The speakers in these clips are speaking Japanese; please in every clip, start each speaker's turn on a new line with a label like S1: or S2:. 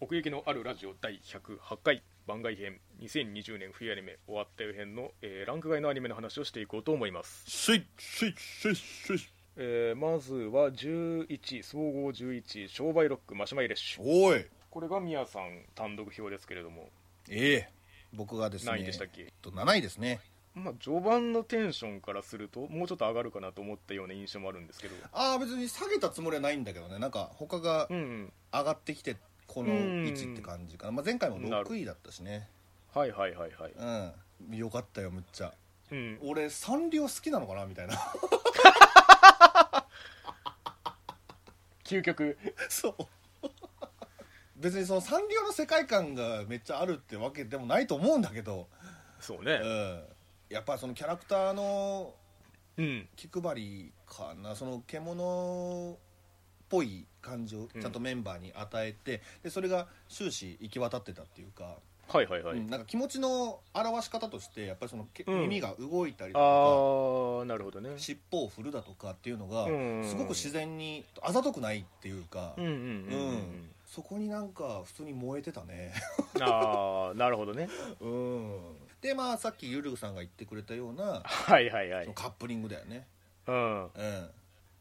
S1: 奥行きのあるラジオ第108回番外編2020年冬アニメ終わったよ編の、えーランク外のアニメの話をしていこうと思います、
S2: スイッスイッスイッスイッ
S1: えーまずは11総合11商売ロックマシュマイレッシュ
S2: おい
S1: これがミヤさん単独表ですけれども
S2: ええ僕がですね
S1: 何位でしたっけ
S2: えっと7位ですね
S1: まあ序盤のテンションからするともうちょっと上がるかなと思ったような印象もあるんですけど
S2: ああ別に下げたつもりはないんだけどねなんか他が
S1: うん
S2: 上
S1: うん
S2: がってきてこの位置って感じかな、まあ、前回も
S1: なる
S2: 6位だったしね
S1: はいはいはいはい
S2: うんよかったよむっちゃ
S1: うん
S2: 俺サンリオ好きなのかなみたいな
S1: 究極
S2: そう別にそのサンリオの世界観がめっちゃあるってわけでもないと思うんだけど、
S1: そう
S2: う
S1: ね
S2: ん、やっぱそのキャラクターの
S1: うん
S2: 気配りかなその獣っぽい感じをちゃんとメンバーに与えて、でそれが終始行き渡ってたっていうか、
S1: はいはいはい、
S2: うんなんか気持ちの表し方としてやっぱりそのけ、
S1: うん
S2: 耳が動いたり
S1: あ
S2: と
S1: ー
S2: か
S1: なるほどね
S2: 尻尾を振るだとかっていうのが、
S1: うん
S2: すごく自然にあざとくないっていうか、
S1: うんうんうん、うん
S2: うんそこになんか普通に燃えてたね
S1: ああなるほどね
S2: うん でまあさっきゆるさんが言ってくれたような
S1: はいはいは
S2: その
S1: い
S2: カップリングだよね
S1: うん
S2: うん、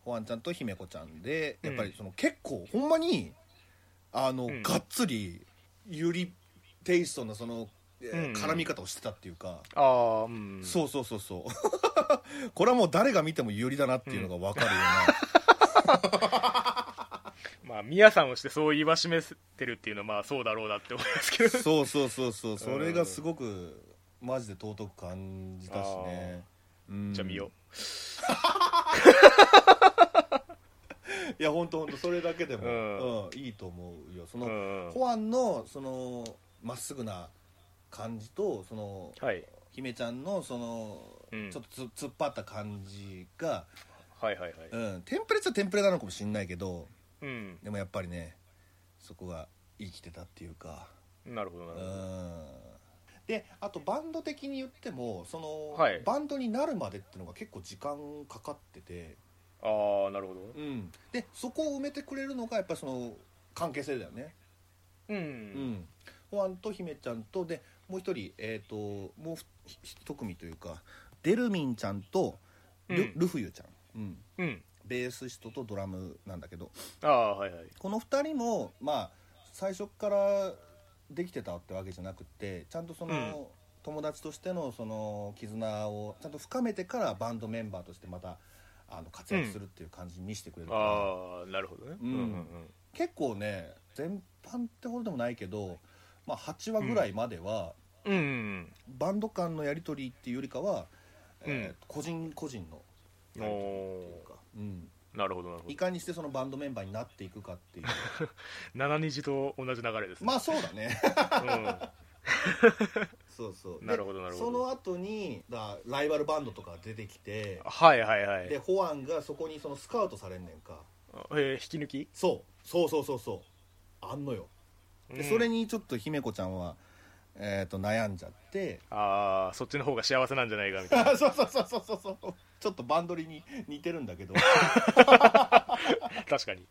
S2: ホアンちゃんと姫子ちゃんで
S1: うん
S2: やっぱりその結構ほんまにあの、
S1: ん
S2: がっつりユリテイストなその、えー
S1: うんうん
S2: 絡み方をしてたっていうか、
S1: ああうん
S2: そうそうそうそうこれはもう 誰が見てもユリだなっていうのが分かるよ
S1: まあミヤさんをしてそう言わしめてるっていうのはまあそうだろうなって思いますけ
S2: う
S1: ど
S2: なそうそうそうそうそれがすごくマジで尊く感じたしねうん
S1: じゃあ見よ
S2: いや本当本当それだけでも、
S1: う、
S2: うんんいいと思うよそうの、
S1: うん、
S2: ホアンのそのまっすぐな感じとその
S1: はい
S2: 姫ちゃんのその、
S1: うん
S2: ちょっとつ突っ張った感じが、
S1: はいはいはい
S2: うん、テンプレっちゃテンプレなのかもしんないけど
S1: うん
S2: でもやっぱりねそこが生きてたっていうか
S1: なるほどな
S2: う
S1: るほど
S2: んであとバンド的に言ってもその、
S1: はい
S2: バンドになるまでってのが結構時間かかってて、
S1: ああなるほど
S2: うん、でそこを埋めてくれるのがやっぱりその関係性だよね
S1: うん、
S2: うん、ホアンと姫ちゃんとでもう一人、えー、ともうふひ一組というかデルミンちゃんとル,、
S1: うん
S2: ルフユちゃん、うん、
S1: うん
S2: ベース人とドラムなんだけど
S1: ああはいはい
S2: この二人もまあ最初からできてたってわけじゃなくてちゃんとその、
S1: うん
S2: 友達としてのその絆をちゃんと深めてからバンドメンバーとしてまたあの活躍するっていう感じに見せてくれるから、
S1: ああなるほどね
S2: うん結構ね全般ってほどでもないけど、まあ、8話ぐらいまでは、
S1: うんうんうん
S2: バンド間のやり取りっていうよりかは、
S1: うん
S2: えー個人個人の
S1: お
S2: やり取りっていう
S1: お
S2: か、うん、
S1: ーなるほどなるほど
S2: いかにしてそのバンドメンバーになっていくかっていう
S1: 七虹と同じ流れですね
S2: まあそう だね
S1: うん
S2: そうそうで
S1: なるほどなるほど
S2: その後にだライバルバンドとか出てきて
S1: はいはいはい
S2: でホアンがそこにそのスカウトされんねんか
S1: えー、引き抜き
S2: そうそうそうそうそうあんのよでそれ
S1: に
S2: にちょっと姫子ちゃんは、えー、と悩んじ ゃって
S1: ああそっちの方が幸せなんじゃないかみたいな
S2: そうそうそうそうそうそうちょっとバンドリに似てるんだ けど、
S1: 確かに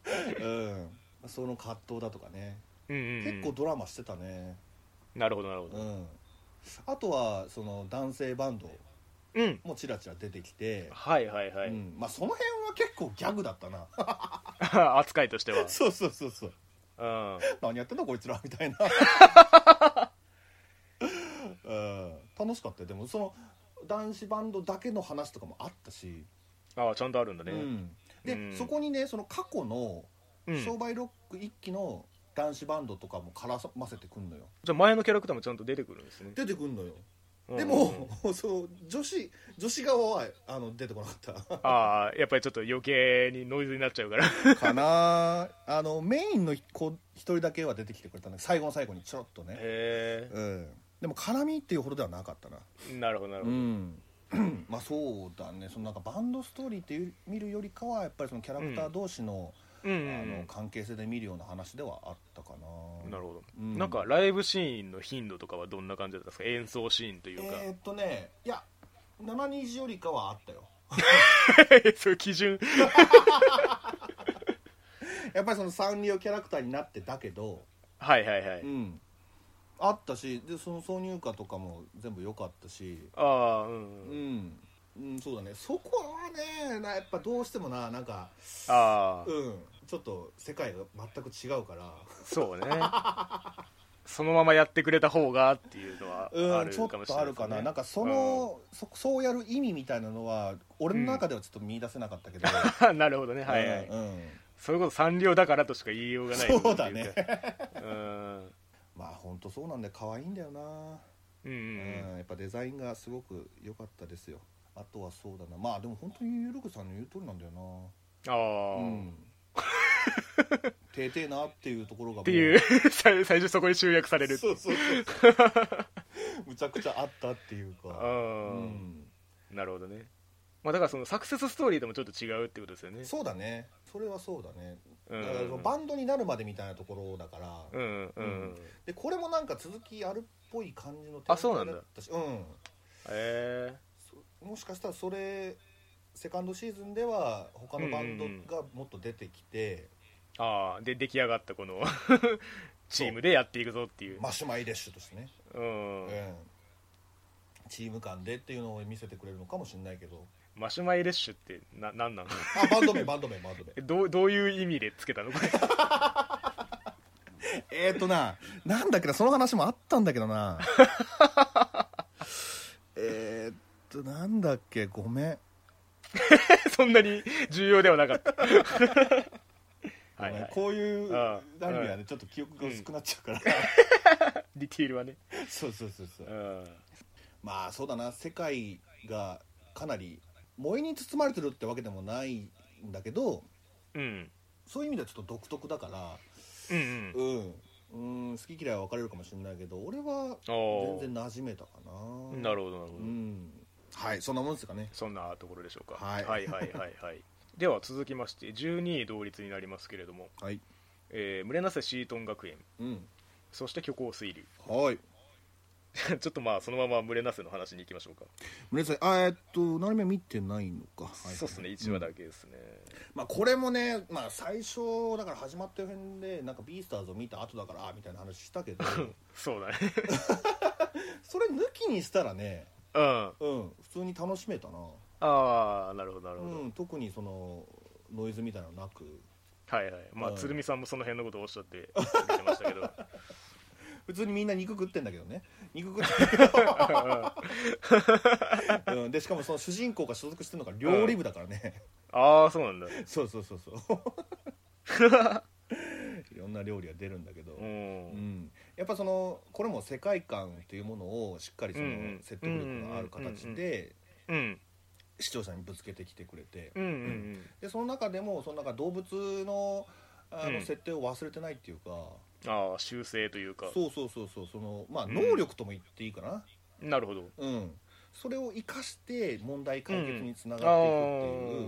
S2: うん、その葛藤だとかね
S1: うんうんうん
S2: 結構ドラマしてたね
S1: なるほどなるほ
S2: う
S1: ど
S2: んあとはその男性バンド
S1: うん
S2: もちらちら出てきて、
S1: はいはいはい、
S2: うん、まあその辺は結構ギャグだった な
S1: 扱いとしては
S2: そうそうそうそう
S1: うん
S2: 何やってんだこいつらみたいな、 うん、楽しかったよでもその男子バンドだけの話とかもあったし、
S1: ああちゃんとあるんだ
S2: う
S1: ね
S2: ん、で、
S1: うん
S2: そこにねその過去の
S1: うん、じ
S2: 商売ロック一期の男子バンドとかも絡ませてくんのよ
S1: ゃあ前のキャラクターもちゃんと出てくるんですね
S2: 出てくんのよ
S1: うん
S2: でも、 そう女子女子側はあの出てこなかっ
S1: ああやっぱりちょっと余計にノイズになっちゃうから
S2: たかなあのメインの子一人だけは出てきてくれたんだけど最後の最後にちょろっとね、
S1: へ
S2: うん、でも絡みっていうほどではなかったな
S1: え なるほどなる
S2: う
S1: ほど、
S2: ん まあそうだねそのなんかバンドストーリーっていう見るよりかはやっぱりそのキャラクター同士の,、
S1: うんう
S2: あの
S1: ん
S2: 関係性で見るような話ではあったか
S1: う、
S2: なん
S1: なるほど、
S2: うん
S1: なんかライブシーンの頻度とかはどんな感じだったんですか演奏シーンというか、
S2: えー、っとねいや7人時よりかはあったよ
S1: そういう基準
S2: やっぱりそのサンリオキャラクターになってだけど
S1: はいはいはい、
S2: うん、あったしでその挿入歌とかも全部良かったし
S1: ああう、
S2: うんん、うん、そうだねそこはねなやっぱどうしてもななんか
S1: ああ
S2: うんちょっと世界が全く違うから
S1: そう ねそのままやってくれた方がっていうのはあ
S2: うん
S1: る
S2: ちょっ
S1: かもしれ
S2: と
S1: な
S2: あ
S1: いで
S2: る
S1: すね
S2: かななんかその、そそうやる意味みたいなのは俺の中ではちょっと見出せなかったけど、
S1: うん なるほどねはいはい、
S2: うんうん
S1: それこそ三両だからとしか言いようがない部分ってい
S2: そう
S1: かうん
S2: まあ本当そうなんで可愛いんだよな
S1: うんうん
S2: うん、
S1: うん
S2: やっぱデザインがすごく良かったですよあとはそうだなまあでも本当にゆるくさんの言う通りなんだよな
S1: ああ、
S2: うん てえてえなっていうところがっ
S1: っていう 最最初そこに集約される
S2: そうそうそうそう むちゃくちゃあったっていう
S1: う、
S2: かうんん
S1: なるほどね、まあ、だからそのサクセスストーリーともちょっと違うってことですよね
S2: そうだねそれはそうだね
S1: う
S2: だ
S1: ん
S2: からそのバンドになるまでみたいなところだから、
S1: うんうん、う
S2: うん
S1: ん、
S2: でこれもなんか続きあるっぽい感じの
S1: あそうなんだ
S2: 展開ったしうん
S1: え
S2: そもしかしたらそれセカンドシーズンでは他のバンド
S1: うんうんうん
S2: がもっと出てきて
S1: ー、ああで出来上がったこの チームでやっていくぞっていう
S2: マシュマイレッシュとしてね、
S1: うん
S2: うんチーム間でっていうのを見せてくれるのかもしれないけど
S1: マシュマイレッシュってななんなの
S2: あバンド名バンド名バンド名
S1: えどうどういう意味でつけたのこれ
S2: えっとななんだっけどその話もあったんだけど なえっとなんだっけごめん
S1: そんなに重要ではなか ったはい、
S2: ご
S1: は
S2: めん
S1: い、
S2: こういう
S1: あ
S2: ア
S1: あ
S2: ニメはねちょっと記憶が薄くなっちゃうから、
S1: ディティールはね
S2: そうそうそうそう
S1: うん
S2: まあそうだな世界がかなり萌えに包まれてるってわけでもないんだけど
S1: うん
S2: そういう意味ではちょっと独特だから
S1: うんうん
S2: うんうん好き嫌いは分かれるかもしれないけど俺は
S1: お
S2: 全然馴染めたかな
S1: なるほどなるほど、
S2: うんはいそんなもんですかね
S1: そんなところでしょうか、
S2: はい
S1: はいはいはいはいでは続きまして12位同率になりますけれども、
S2: はい
S1: えー、群なせシートン学園
S2: うん
S1: そして虚構水流
S2: はい
S1: ちょっとまあそのまま群なせの話に行きましょうか、
S2: 村井さんあえっと何目見てないのか、はい、
S1: そうですね1話だけですね、
S2: まあ、これもね、まあ、最初だから始まった辺でなんかビースターズを見た後だからあみたいな話したけど
S1: そうだね
S2: それ抜きにしたらね
S1: うんあ
S2: うん普通に楽しめたな
S1: あなるほどなるほど、
S2: うん、特にそのノイズみたいなのなく
S1: はいはいまあ、
S2: うん
S1: 鶴見さんもその辺のことをおっしゃ っておっしゃってましたけど
S2: 普通にみんな肉食ってんだけどね肉食ってんだけ ど、うん、でしかもその主人公が所属してるのが料理部だからね、
S1: ああそうなんだ
S2: そうそ うそうそういろんな料理が出るんだけど、
S1: う
S2: うんん、やっぱそのこれも世界観っていうものをしっかりその
S1: うんうん
S2: 説得力のある形で
S1: うん
S2: 視聴者にぶつけてきてくれて
S1: うんうんうん
S2: でその中でもその中動物のあの
S1: うん
S2: 設定を忘れてないっていうか、
S1: ああ修正というか
S2: そうそうそうそうそのまあ
S1: うん
S2: 能力とも言っていいかな
S1: なるほど
S2: うん、それを生かして問題解決につな
S1: あ
S2: が
S1: あ
S2: っていくってい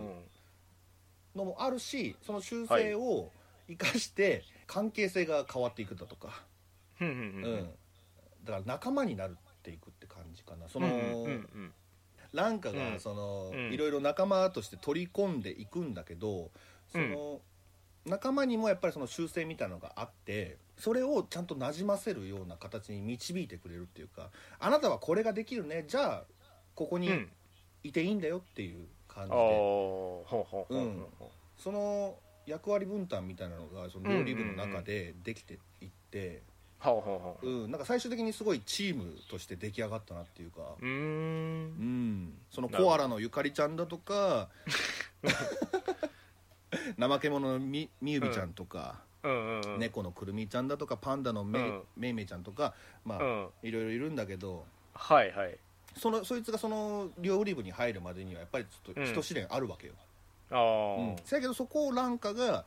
S2: うのもあるしその修正を生かして関係性が変わっていくだとか、
S1: うんうん
S2: うん
S1: うんうん
S2: だから仲間になっていくって感じかなその、
S1: うんうんうん
S2: ランカ
S1: う
S2: が
S1: ん
S2: その、
S1: うん
S2: いろいろ仲間として取り込んでいくんだけどその、仲間にもやっぱりその修正みたいなのがあってそれをちゃんとなじませるような形に導いてくれるっていうかあなたはこれができるねじゃあここ
S1: う
S2: に
S1: ん
S2: いていいんだよっていう感
S1: あ
S2: じ
S1: あ
S2: で、
S1: ほうほうほうほうほ
S2: その役割分担みたいなのがその両リーグの中でできていって、
S1: うほうほう
S2: うんなんか最終的にすごいチームとして出来上がったなっていうか。
S1: うーん
S2: うん、そのコアラのゆかりちゃんだとか 怠け者のみみゆびちゃんとか、
S1: うんうんうん
S2: 猫のくるみちゃんだとかパンダのめ,、
S1: うん
S2: めいめいちゃんとか、まあ
S1: うん
S2: いろいろいるんだけど
S1: はいはい
S2: そのそいつがその両リブに入るまでにはやっぱりちょっと
S1: うん
S2: 一試練あるわけよ。
S1: あ
S2: うん
S1: あ
S2: せやけどそこをランカが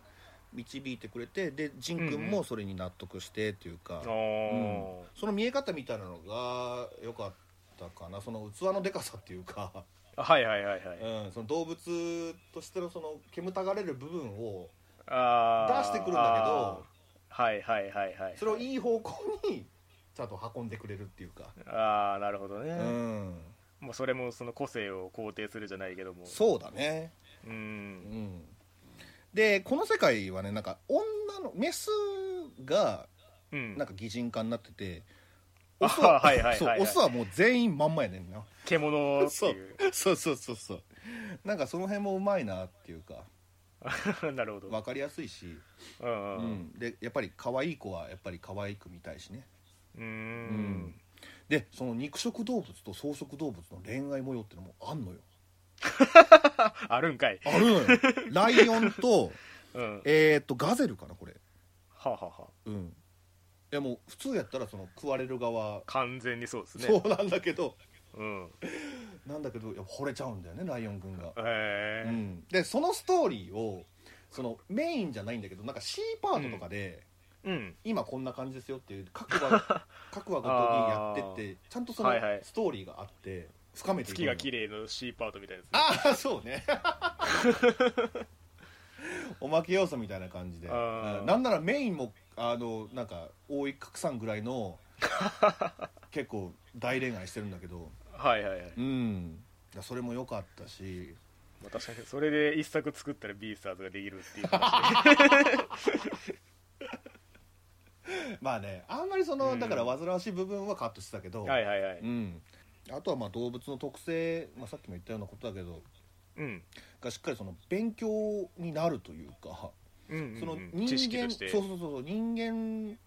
S2: 導いてくれてでジンくん
S1: うんう
S2: も
S1: ん
S2: それに納得してというか、
S1: あー
S2: その見え方みたいなのが良かったかなその器のでかさっていうか。
S1: はいはいはいはい
S2: うん、その動物としてのその煙たがれる部分を
S1: あー
S2: 出してくるんだけど
S1: あーはいはいはいはい
S2: それをいい方向にちゃんと運んでくれるっていうか、
S1: ああなるほど
S2: う
S1: ね
S2: ん、
S1: もうそれもその個性を肯定するじゃないけども
S2: そうだね、
S1: う
S2: うんん、でこの世界はねなんか女のメスが
S1: うん
S2: なんか擬人化になってて
S1: あ
S2: オスは
S1: はいはいはいはい
S2: そうオスはもう全員まんまやねんな
S1: 獣って
S2: そう
S1: い
S2: そうそうそうそうなんかその辺もうまいなっていうか
S1: う なるほど
S2: 分かりやすいし、
S1: うん
S2: う
S1: うん
S2: ん、でやっぱり可愛い子はやっぱり可愛く見たいしね
S1: うーん
S2: でその肉食動物と草食動物の恋愛模様ってのもあんのよ
S1: あるんかい
S2: あるのよ ライオンと
S1: うんは
S2: えー、っとガゼルかなこれ
S1: あはあはあ
S2: うんいやもう普通やったらその食われる側、
S1: 完全にそうですね
S2: そうなんだけど
S1: うん
S2: なんだけどいや惚れちゃうんだよねライオンくんが、
S1: へ
S2: う
S1: え
S2: ん、でそのストーリーをそのメインじゃないんだけどなんか C パートとかで、
S1: うん
S2: 今こんな感じですよっていう各 話各話ごとにやってってちゃんとその
S1: はいはい
S2: ストーリーがあって深めてい
S1: 月が綺麗
S2: 麗
S1: の C パートみたいなや
S2: ああそうね おまけ要素みたいな感じで
S1: あー
S2: うんなんならメインもあのなんか覆い隠さんぐらい の結構大恋愛してるんだけど
S1: つはいはいはい
S2: うんいやそれも良かったし
S1: まあ確かにそれで一作作ったらビースターズができるっていう話
S2: まあねあんまりその、
S1: うん
S2: だから煩わしい部分はカットしてたけど、、
S1: ではいはいはいう
S2: ん、あとはまあ動物の特性、まあ、さっきも言ったようなことだけど
S1: うん、
S2: がしっかりその勉強になるというか、
S1: うんうんうん
S2: その人
S1: 知識
S2: 間
S1: と
S2: そ
S1: し
S2: う
S1: て
S2: そうそうそう人間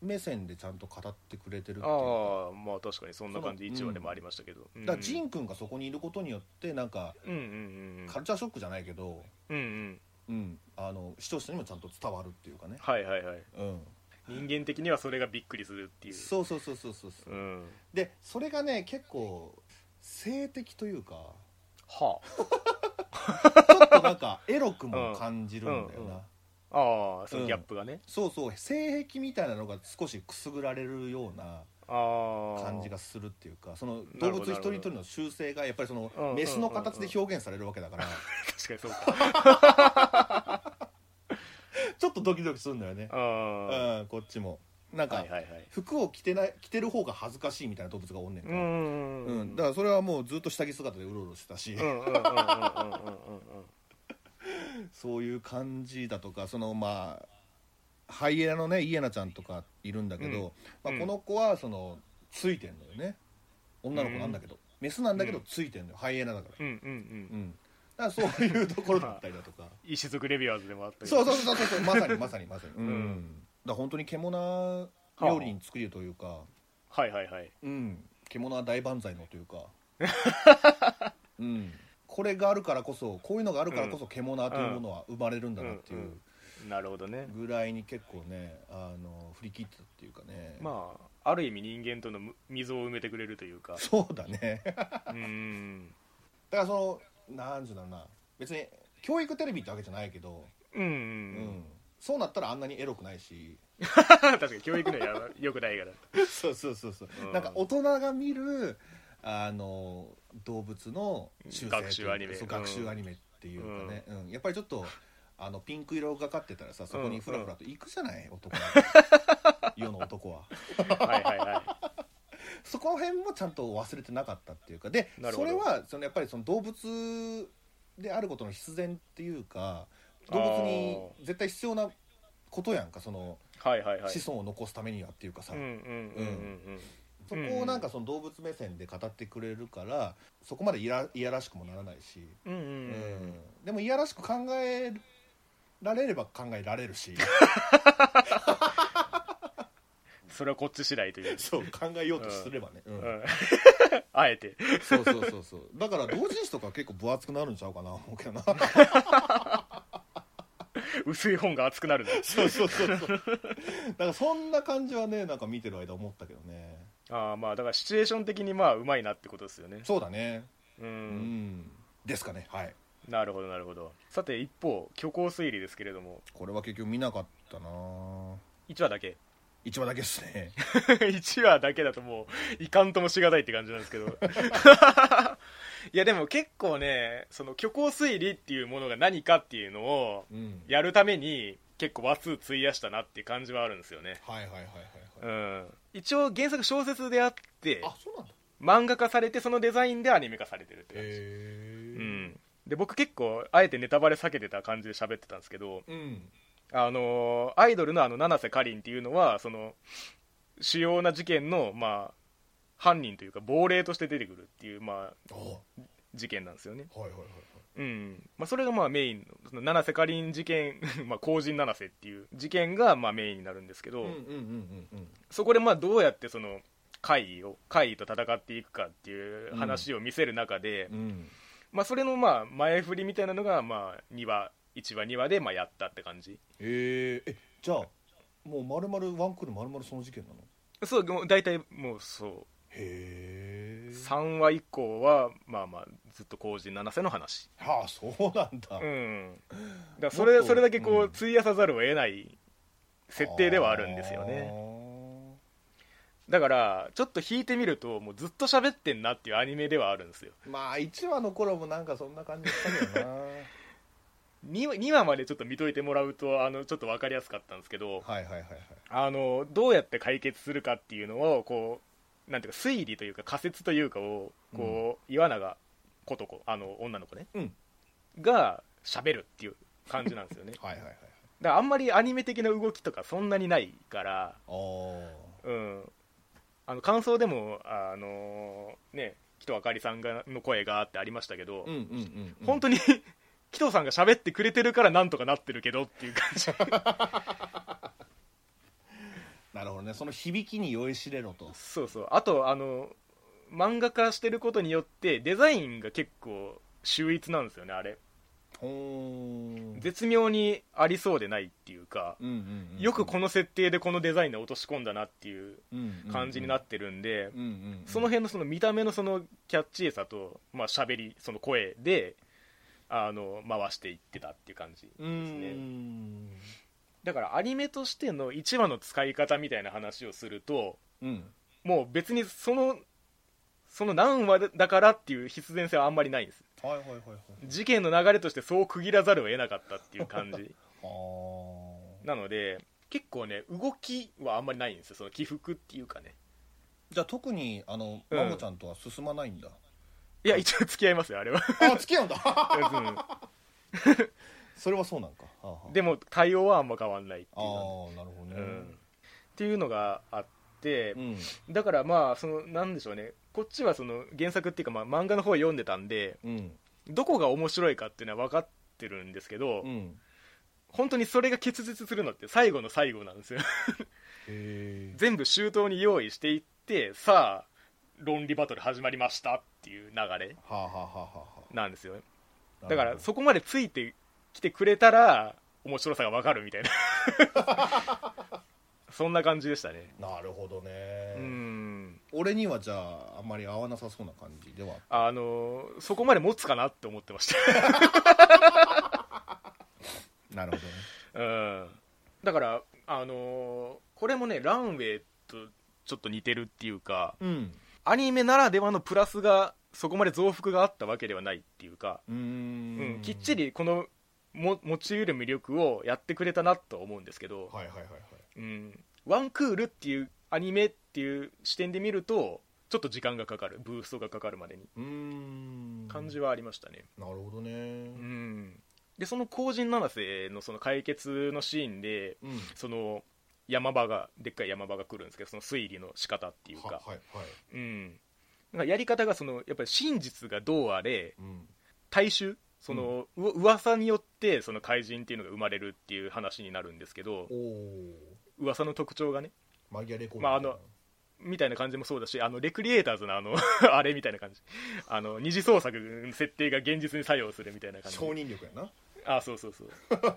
S2: 目線でちゃんと語ってくれてるっていうか
S1: ああまあ確かにそんな感じ
S2: その
S1: 1話でもありましたけど
S2: だ
S1: う
S2: から
S1: ん
S2: ジン君がそこにいることによってなんか
S1: うんうんうん
S2: カルチャーショックじゃないけど、
S1: うんうん
S2: うん、あの視聴者にもちゃんと伝わるっていうかね、
S1: はいはいはい
S2: うん、
S1: 人間的にはそれがびっくりするっていう
S2: そうそうそうそうそうそう
S1: うん
S2: でそれがね結構性的というか
S1: は
S2: ちょっとなんかエロくも感じるんだよな、
S1: うんうんあああそのギャップがね、
S2: そうそう性癖みたいなのが少しくすぐられるような
S1: ああ
S2: 感じがするっていうかそ
S1: な
S2: の動
S1: るほ
S2: 物
S1: ど
S2: 一人一人の習性がやっぱりその
S1: うんうんうんうん
S2: メスの形で表現されるわけだから
S1: 確かにそうか
S2: ちょっとドキドキするんだよね
S1: あ、あ
S2: う
S1: は
S2: ん、こっちもなん
S1: いは
S2: か
S1: いはい
S2: 服を着てない着てる方が恥ずかしいみたいな動物がおんねん
S1: う
S2: か
S1: んう
S2: ら、
S1: んうんうん
S2: だからそれはもうずっと下着姿でうろうろしてたし、
S1: うんうんうんうんうんうんうん
S2: そういう感じだとかそのまあハイエナのねイエナちゃんとかいるんだけど、
S1: うん
S2: まあ、この子はそのついてんのよね女の子なんだけど、メスなんだけど
S1: うん
S2: ついてんのよハイエナだから
S1: うんうんうん
S2: うん、だからそういうところだったりだと か
S1: 一族レビュアーズでもあったけど
S2: そうそうそうそうそうまさにまさにまさに、うん
S1: うん
S2: だから本当に獣料理に作るというか、
S1: はいはいはい
S2: うん、獣は大万歳のという か、うん、これがあるからこそこういうのがあるからこそ獣というものは生まれるんだなっていう
S1: なるほどね
S2: ぐらいに結構ねあの振り切ってたっていうかね、
S1: まあある意味人間とのむ溝を埋めてくれるというか
S2: そうだねだか
S1: うん
S2: らそのなんてゅうんだろうな別に教育テレビってわけじゃないけど、
S1: うんうん
S2: うん
S1: うん
S2: そうなったらあんなにエロくないし
S1: 確かに教育のやばよくないから
S2: そうそうそうそう、
S1: うん
S2: なんか大人が見るあの動物の習性というか
S1: 学習アニメ
S2: そう
S1: うん
S2: 学習アニメっていうかね、うんやっぱりちょっとあのピンク色がかってたらさそこにフラフラと行くじゃ ない、男は世の男は
S1: はいはいは
S2: そこら辺もちゃんと忘れてなかったっていうかで
S1: なる
S2: そ
S1: ほど
S2: れはそのやっぱりその動物であることの必然っていうか動物に絶対必要なことやんかその
S1: いはいはいはい
S2: 子孫を残すためにはっていうかさ、
S1: うんうんうんうん
S2: そこをなんかその動物目線で語ってくれるからそこまでいやいやらしくもならないし、
S1: うんうん
S2: う
S1: うんうん
S2: んでもいやらしく考えられれば考えられ るし
S1: それはこっち次第という
S2: そう考えようとすればね、うん
S1: うんあえて
S2: そうそうそうそうだから同人誌とか結構分厚くなるんちゃうかな思うけどな
S1: 薄い本が熱くなるな
S2: そうそうそうそうだからそんな感じはねなんか見てる間思ったけどね
S1: ああまあだからシチュエーション的にまあうまいなってことですよね
S2: そうだね
S1: う
S2: うん、
S1: ん
S2: ですかねはい
S1: なるほどなるほどさて一方虚構推理ですけれども
S2: これは結局見なかったな
S1: 1話だけ
S2: 一話だけですね
S1: 1話だけだともういかんともし がたいって感じなんですけどいやでも結構ねその虚構推理っていうものが何かっていうのを
S2: うん
S1: やるために結構話数費やしたなっていう感じはあるんですよね
S2: はいはいはいはいは
S1: うん
S2: い、
S1: 一応原作小説であって
S2: あそうなんだ
S1: 漫画化されてそのデザインでアニメ化されてるって感じ、
S2: へ
S1: うん、で僕結構あえてネタバレ避けてた感じで喋ってたんですけど
S2: うん、
S1: あのアイドルのあの七瀬かりんっていうのはその主要な事件の、まあ、犯人というか亡霊として出てくるっていう、まあ、
S2: ああ
S1: 事件なんですよね、
S2: はいはいはいはい
S1: うんまあ、それがまあメインのその七瀬かりん事件 まあ公人七瀬っていう事件がまあメインになるんですけど、
S2: うんうんうんうんうん
S1: そこでまあどうやってその会議を会議と戦っていくかっていう話を見せる中で、
S2: うん
S1: まあ、それのまあ前振りみたいなのがまあ2話1話2話でまあやったって感じ
S2: えー、えじゃあもう丸々ワンクール丸々その事件なの
S1: そうもう大体もうそう
S2: へえ
S1: 3話以降はまあまあずっと工人七瀬の話
S2: ああそうなんだ、
S1: うんだからそれ
S2: もっと
S1: それだけこう、
S2: うん
S1: 費やさざるを得ない設定ではあるんですよねだからちょっと引いてみるともうずっと喋ってんなっていうアニメではあるんですよ
S2: あーまあ1話の頃もなんかそんな感じした けどな
S1: 2, 話2話までちょっと見といてもらうとあのちょっと分かりやすかったんですけど、
S2: はいはいはいはい
S1: あのどうやって解決するかっていうのをこうなんていうか推理というか仮説というかをこう、岩永ことこあの女の子ね、
S2: うん
S1: が喋るっていう感じなんですよ ねだか
S2: はいはいはい
S1: らあんまりアニメ的な動きとかそんなにないから、
S2: あー
S1: うん、あの感想でもあのね紀藤あかりさんがの声があってありましたけど、
S2: うんうんうん、うん、
S1: 本当に紀藤さんが喋ってくれてるからなんとかなってるけどっていう感じ
S2: なるほどねその響きに酔いしれろと
S1: そうそうあとあの漫画化してることによってデザインが結構秀逸なんですよねあれ
S2: ほー
S1: 絶妙にありそうでないっていうか
S2: うんうんうん
S1: よくこの設定でこのデザインを落とし込んだなっていう感じにな
S2: て、
S1: ってるんで
S2: うんうんうん
S1: その辺のその見た目のそのキャッチーさとまあ喋りその声であの回していってたっていう感じ
S2: うん
S1: ですねだからアニメとしての1話の使い方みたいな話をすると
S2: うん
S1: もう別にそのその何話だからっていう必然性はあんまりないんです
S2: はいはいはいはい
S1: 事件の流れとしてそう区切らざるを得なかったっていう感じ
S2: あー
S1: なので結構ね動きはあんまりないんですよその起伏っていうかね
S2: じゃあ特にあの
S1: うん
S2: マモちゃんとは進まないんだ、
S1: いや一応付き合いますよあれは、
S2: あ付き合うんだ それはそうなんか、はあは
S1: う
S2: あ
S1: んでも対応はあんま変わんないって
S2: あ
S1: い
S2: あ
S1: う感
S2: なるほ
S1: じ、
S2: ど
S1: う
S2: ね
S1: んっていうのがあって
S2: うん、
S1: だからまあそのなんでしょうねこっちはその原作っていうか、まあ、漫画の方読んでたんで
S2: うん
S1: どこが面白いかっていうのは分かってるんですけど、
S2: うん
S1: 本当にそれが結実するのって最後の最後なんですよ
S2: へ
S1: 全部周到に用意していってさあ論理バトル始まりましたっていう流れ
S2: はあはあはあは
S1: なんですよね
S2: あ
S1: だか
S2: なる
S1: ら
S2: ほど
S1: そこまでついてきてくれたら面白さがわかるみたいなそんな 感じでしたね
S2: なるほどね、
S1: うん
S2: 俺にはじゃああんまり合わなさそうな感じでは
S1: あのそこまで持つかなって思ってまし
S2: なるほどね
S1: た うんだからあのこれもねランウェイとちょっと似てるっていうか
S2: うん
S1: アニメならではのプラスがそこまで増幅があったわけではないっていうか、
S2: うーん
S1: うんきっちりこのも持ち得る魅力をやってくれたなとは思うんですけど、
S2: はいはいはいはい
S1: うん、ワンクールっていうアニメっていう視点で見るとちょっと時間がかかるブーストがかかるまでに
S2: うーん
S1: 感じはありましたね、
S2: なるほどね
S1: うんでその後人七瀬のその解決のシーンで
S2: うん、うん、
S1: その山場がでっかい山場が来るんですけどその推理の仕方っていう
S2: は
S1: か,、
S2: はいはい
S1: うん、なんかやり方がそのやっぱり真実がどうあれ
S2: うん
S1: 大衆その、う噂によってその怪人っていうのが生まれるっていう話になるんですけど
S2: おお
S1: 噂の特徴がね
S2: マギアレコード
S1: まああのみたいな感じもそうだしあのレクリエイターズのあの あれみたいな感じあの二次創作の設定が現実に作用するみたいな感じ
S2: 承認力や な
S1: あそうそうそう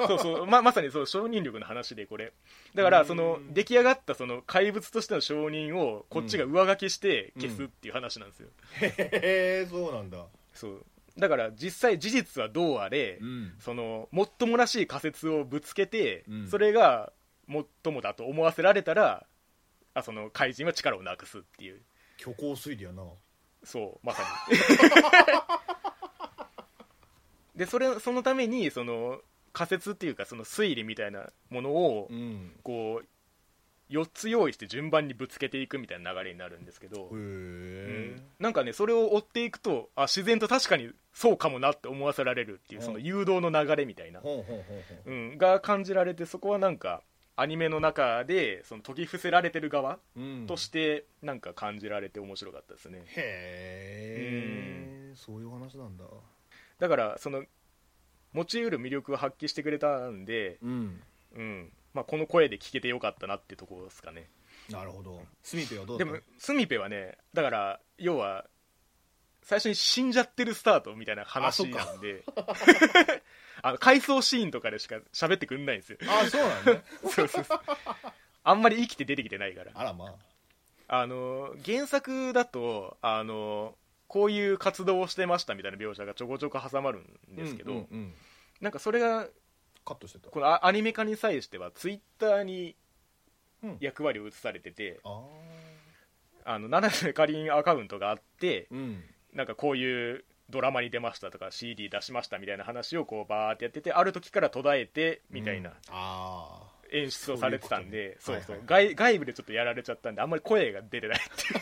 S1: そうそうままさにそう承認力の話でこれだからその
S2: うん
S1: 出来上がったその怪物としての承認をこっちが上書きして消すっていう話なんですよ、
S2: へえそうなんだ
S1: そうだから実際事実はどうあれ、
S2: ん
S1: そのもっともらしい仮説をぶつけて、
S2: うん
S1: それがもっともだと思わせられたらあその怪人は力をなくすっていう
S2: 虚構推理やな
S1: そうまさに でそれそのためにその仮説っていうかその推理みたいなものを
S2: うん
S1: こう4つ用意して順番にぶつけていくみたいな流れになるんですけど、
S2: え
S1: うんなんかねそれを追っていくとあ自然と確かにそうかもなって思わせられるっていう
S2: うん
S1: その誘導の流れみたいな、
S2: ほんほんほんほ
S1: う
S2: ん
S1: ん、が感じられてそこはなんかアニメの中でその解き伏せられてる側
S2: うん
S1: としてなんか感じられて面白かったですね
S2: へえそういうお話なんだ
S1: だからその持ち得る魅力を発揮してくれたんで、
S2: うん
S1: うんまあ、この声で聞けてよかったなってところですかね
S2: なるほどスミペはどう
S1: で
S2: だった
S1: もスミペはねだから要は最初に死んじゃってるスタートみたいな話なんで あの回想シーンとかでしか喋ってくんないんですよ
S2: あそうなんだ、ね、
S1: そうそうそうあんまり生きて出てきてないから
S2: あらまあ
S1: あの原作だとあのこういう活動をしてましたみたいな描写がちょこちょこ挟まるんですけど、
S2: うんうんうん
S1: なんかそれが
S2: カットしてた
S1: このアアニメ化に際してはツイッターに
S2: うん
S1: 役割を移されてて、
S2: ああ
S1: あの七瀬かりんアカウントがあって
S2: うん
S1: なんかこういうドラマに出ましたとか CD 出しましたみたいな話をこうバーってやっててある時から途絶えてみたいな
S2: うんああ
S1: 演出をされてたんで
S2: そ
S1: そうう
S2: いうこと
S1: そ
S2: ね
S1: う
S2: はい
S1: 外外部でちょっとやられちゃったんであんまり声が出てないっていう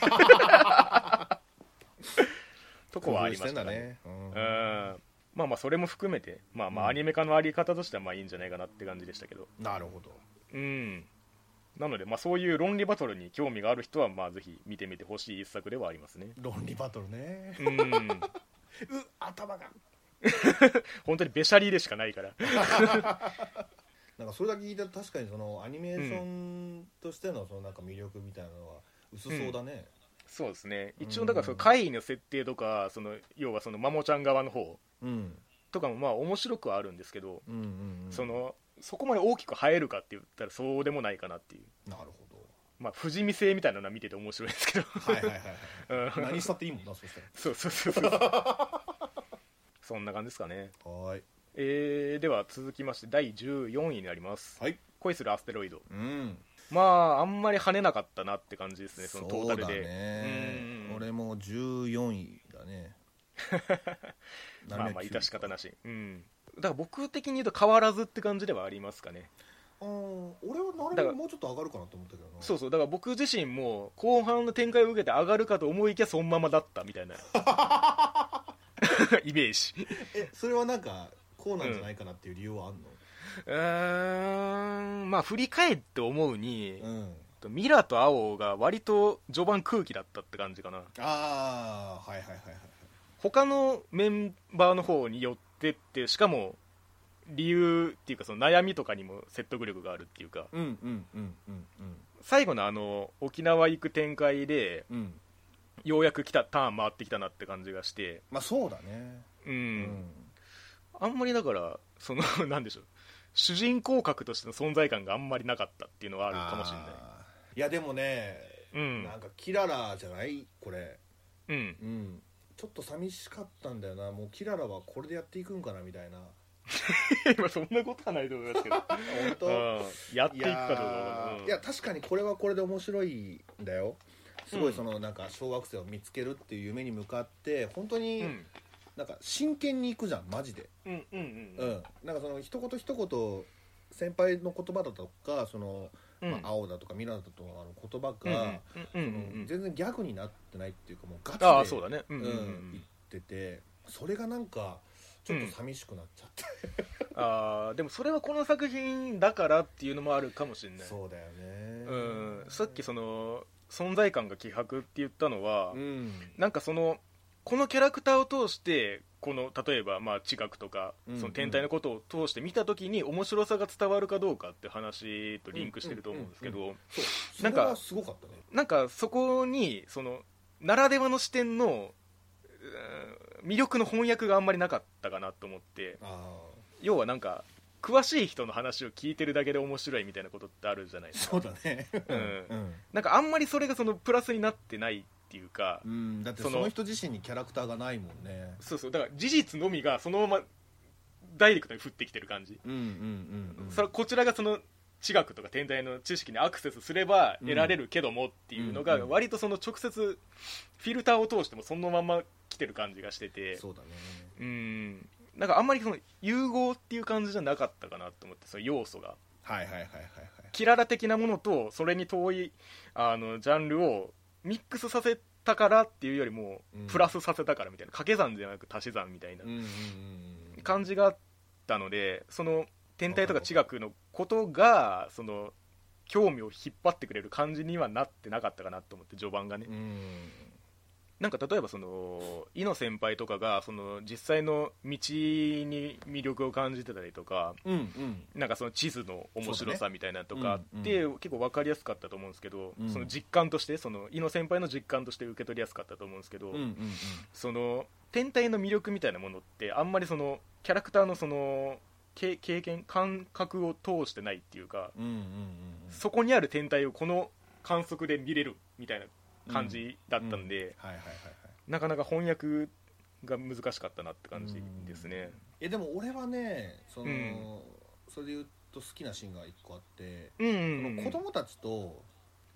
S1: とこはありましたね
S2: 工
S1: う
S2: 夫してん
S1: ん
S2: だね
S1: まあまあそれも含めてまあま
S2: う
S1: あ
S2: ん
S1: アニメ化のあり方としてはまあいいんじゃないかなって感じでしたけど
S2: うんなるほど
S1: うんなのでまあそういう論理バトルに興味がある人はまあぜひ見てみてほしい一作ではありますね
S2: 論理バトルね
S1: うん
S2: う頭が
S1: 本当にべしゃりでしかないから
S2: なんかそれだけ聞いたら確かにそのアニメーションとしてのそのなんか魅力みたいなのは薄そうだね、
S1: そうですね
S2: うん
S1: 一応だからその会議の設定とかその要はそのマモちゃん側の方
S2: うん、うん
S1: とかもまあ面白くはあるんですけど、
S2: うんうん
S1: そのそこまで大きく映えるかって言ったらそうでもないかなっていう
S2: なるほ
S1: まあ不死身性みたいなのは見てて面白いですけど、
S2: どはいはいはい
S1: うん
S2: はい何したっていいもんなそした
S1: そうそうそう そうそんな感じですかね
S2: らはーい
S1: えーでは続きまして第14位になります、
S2: はい
S1: 恋するアステロイド
S2: うん
S1: まああんまり跳ねなかったなって感じですねそのトー
S2: そ
S1: タ
S2: う
S1: ル
S2: だ
S1: で
S2: ね
S1: うん
S2: 俺も14位だね
S1: まあまあ致し方なしうんだから僕的に言うと変わらずって感じではありますかね
S2: うん俺はなる
S1: だか
S2: べく
S1: ら
S2: もうちょっと上がるかなと思ったけどな
S1: そうそうだから僕自身も後半の展開を受けて上がるかと思いきやそのままだったみ たいなイメージ
S2: えそれはなんかこうなんじゃないかなっていう理由はあんの
S1: うーんまあ振り返って思うに、
S2: うん、
S1: ミラと青が割と序盤空気だったって感じかな
S2: ああはいはいはいはい
S1: 他のメンバーの方に寄ってってしかも理由っていうかその悩みとかにも説得力があるっていうか
S2: うんうんうんうんうん
S1: 最後のあの沖縄行く展開で
S2: うん
S1: ようやく来たターン回ってきたなって感じがして
S2: まあそうだねう
S1: うん、あんまりだからその なんでしょう主人公格としての存在感があんまりなかったっていうのはあるかもしれない
S2: あーいやでもね、
S1: うん
S2: なんかキララじゃないこれ
S1: うん
S2: うんちょっと寂しかったんだよなもうキララはこれでやっていくんかなみたいな
S1: 今そんなことはないと思いますけど、
S2: 本当
S1: うん、やってい
S2: い
S1: くかどうか
S2: や
S1: うん
S2: ーいや確かにこれはこれで面白いんだよすご
S1: う
S2: い
S1: ん
S2: そのなんか小学生を見つけるっていう夢に向かって本当
S1: う
S2: に
S1: ん
S2: なんか真剣に行くじゃんマジで
S1: うんうん
S2: う
S1: うん
S2: んなんかその一言一言先輩の言葉だとかその、
S1: うん
S2: まあ、青だとかミラだとかの言葉
S1: うん
S2: が、
S1: うんうん
S2: その
S1: うん
S2: 全然ギャグになってないっていうかもうガチで
S1: ああそうだねう
S2: うんん
S1: うんう
S2: 言
S1: ん
S2: っててそれがなんかちょっと寂しくなっちゃって、
S1: ああでもそれはこの作品だからっていうのもあるかもしれない
S2: そうだよね
S1: うんさっきその存在感が希薄って言ったのは、
S2: うん
S1: なんかそのこのキャラクターを通してこの例えばまあ地学とか
S2: うん
S1: その天体のことを通して見た時に面白さが伝わるかどうかって話とリンクしてると思うんですけ
S2: う
S1: ど
S2: そうそ
S1: な
S2: れ
S1: んか
S2: はすごかったね
S1: なんかそこにそのならではの視点のうん魅力の翻訳があんまりなかったかなと思って
S2: ああ
S1: 要はなんか詳しい人の話を聞いてるだけで面白いみたいなことってあるじゃないですか
S2: そうだね
S1: うん
S2: うん、
S1: なんかあんまりそれがそのプラスになってないっていうか
S2: うん、だってそ
S1: その
S2: の人自身にキャラクターがないもんね
S1: そうそうだから事実のみがそのままダイレクトに降ってきてる感じ、
S2: うんうんうん、うん、
S1: それこちらがその地学とか天体の知識にアクセスすれば
S2: うん
S1: 得られるけどもっていうの
S2: うんう
S1: が
S2: ん
S1: 割とその直接フィルターを通してもそのまま来てる感じがしてて
S2: そうだね
S1: うんなんかあんまりその融合っていう感じじゃなかったかなと思ってその要素が
S2: はいはいはいはい
S1: キララ的なものとそれに遠いあのジャンルをミックスさせたからっていうよりも、
S2: うん
S1: プラスさせたからみたいな掛け算じゃなく足し算みたいな
S2: うんうんうんうん
S1: 感じがあったのでその天体とか地学のことがその興味を引っ張ってくれる感じにはなってなかったかなと思って序盤がね
S2: うん
S1: なんか例えばその井野先輩とかがその実際の道に魅力を感じてたりとか
S2: うんうん
S1: なんかその地図の面白さみたいなとか
S2: そうだ
S1: っ
S2: ね
S1: て結構分かりやすかったと思うんですけど、
S2: うん
S1: その実感としてその井野先輩の実感として受け取りやすかったと思うんですけど、
S2: うんうんうん
S1: その天体の魅力みたいなものってあんまりそのキャラクターのそのけ経験感覚を通してないっていうか、
S2: うんうんうん
S1: そこにある天体をこの観測で見れるみたいな感じだったんで、
S2: うんはいはいはいはい
S1: なかなか翻訳が難しかったなって感じですね。
S2: いやでも俺はねその、
S1: うん
S2: それで言うと好きなシーンが一個あって、
S1: うん、
S2: そ
S1: うんう
S2: の
S1: ん、
S2: 子供たちと、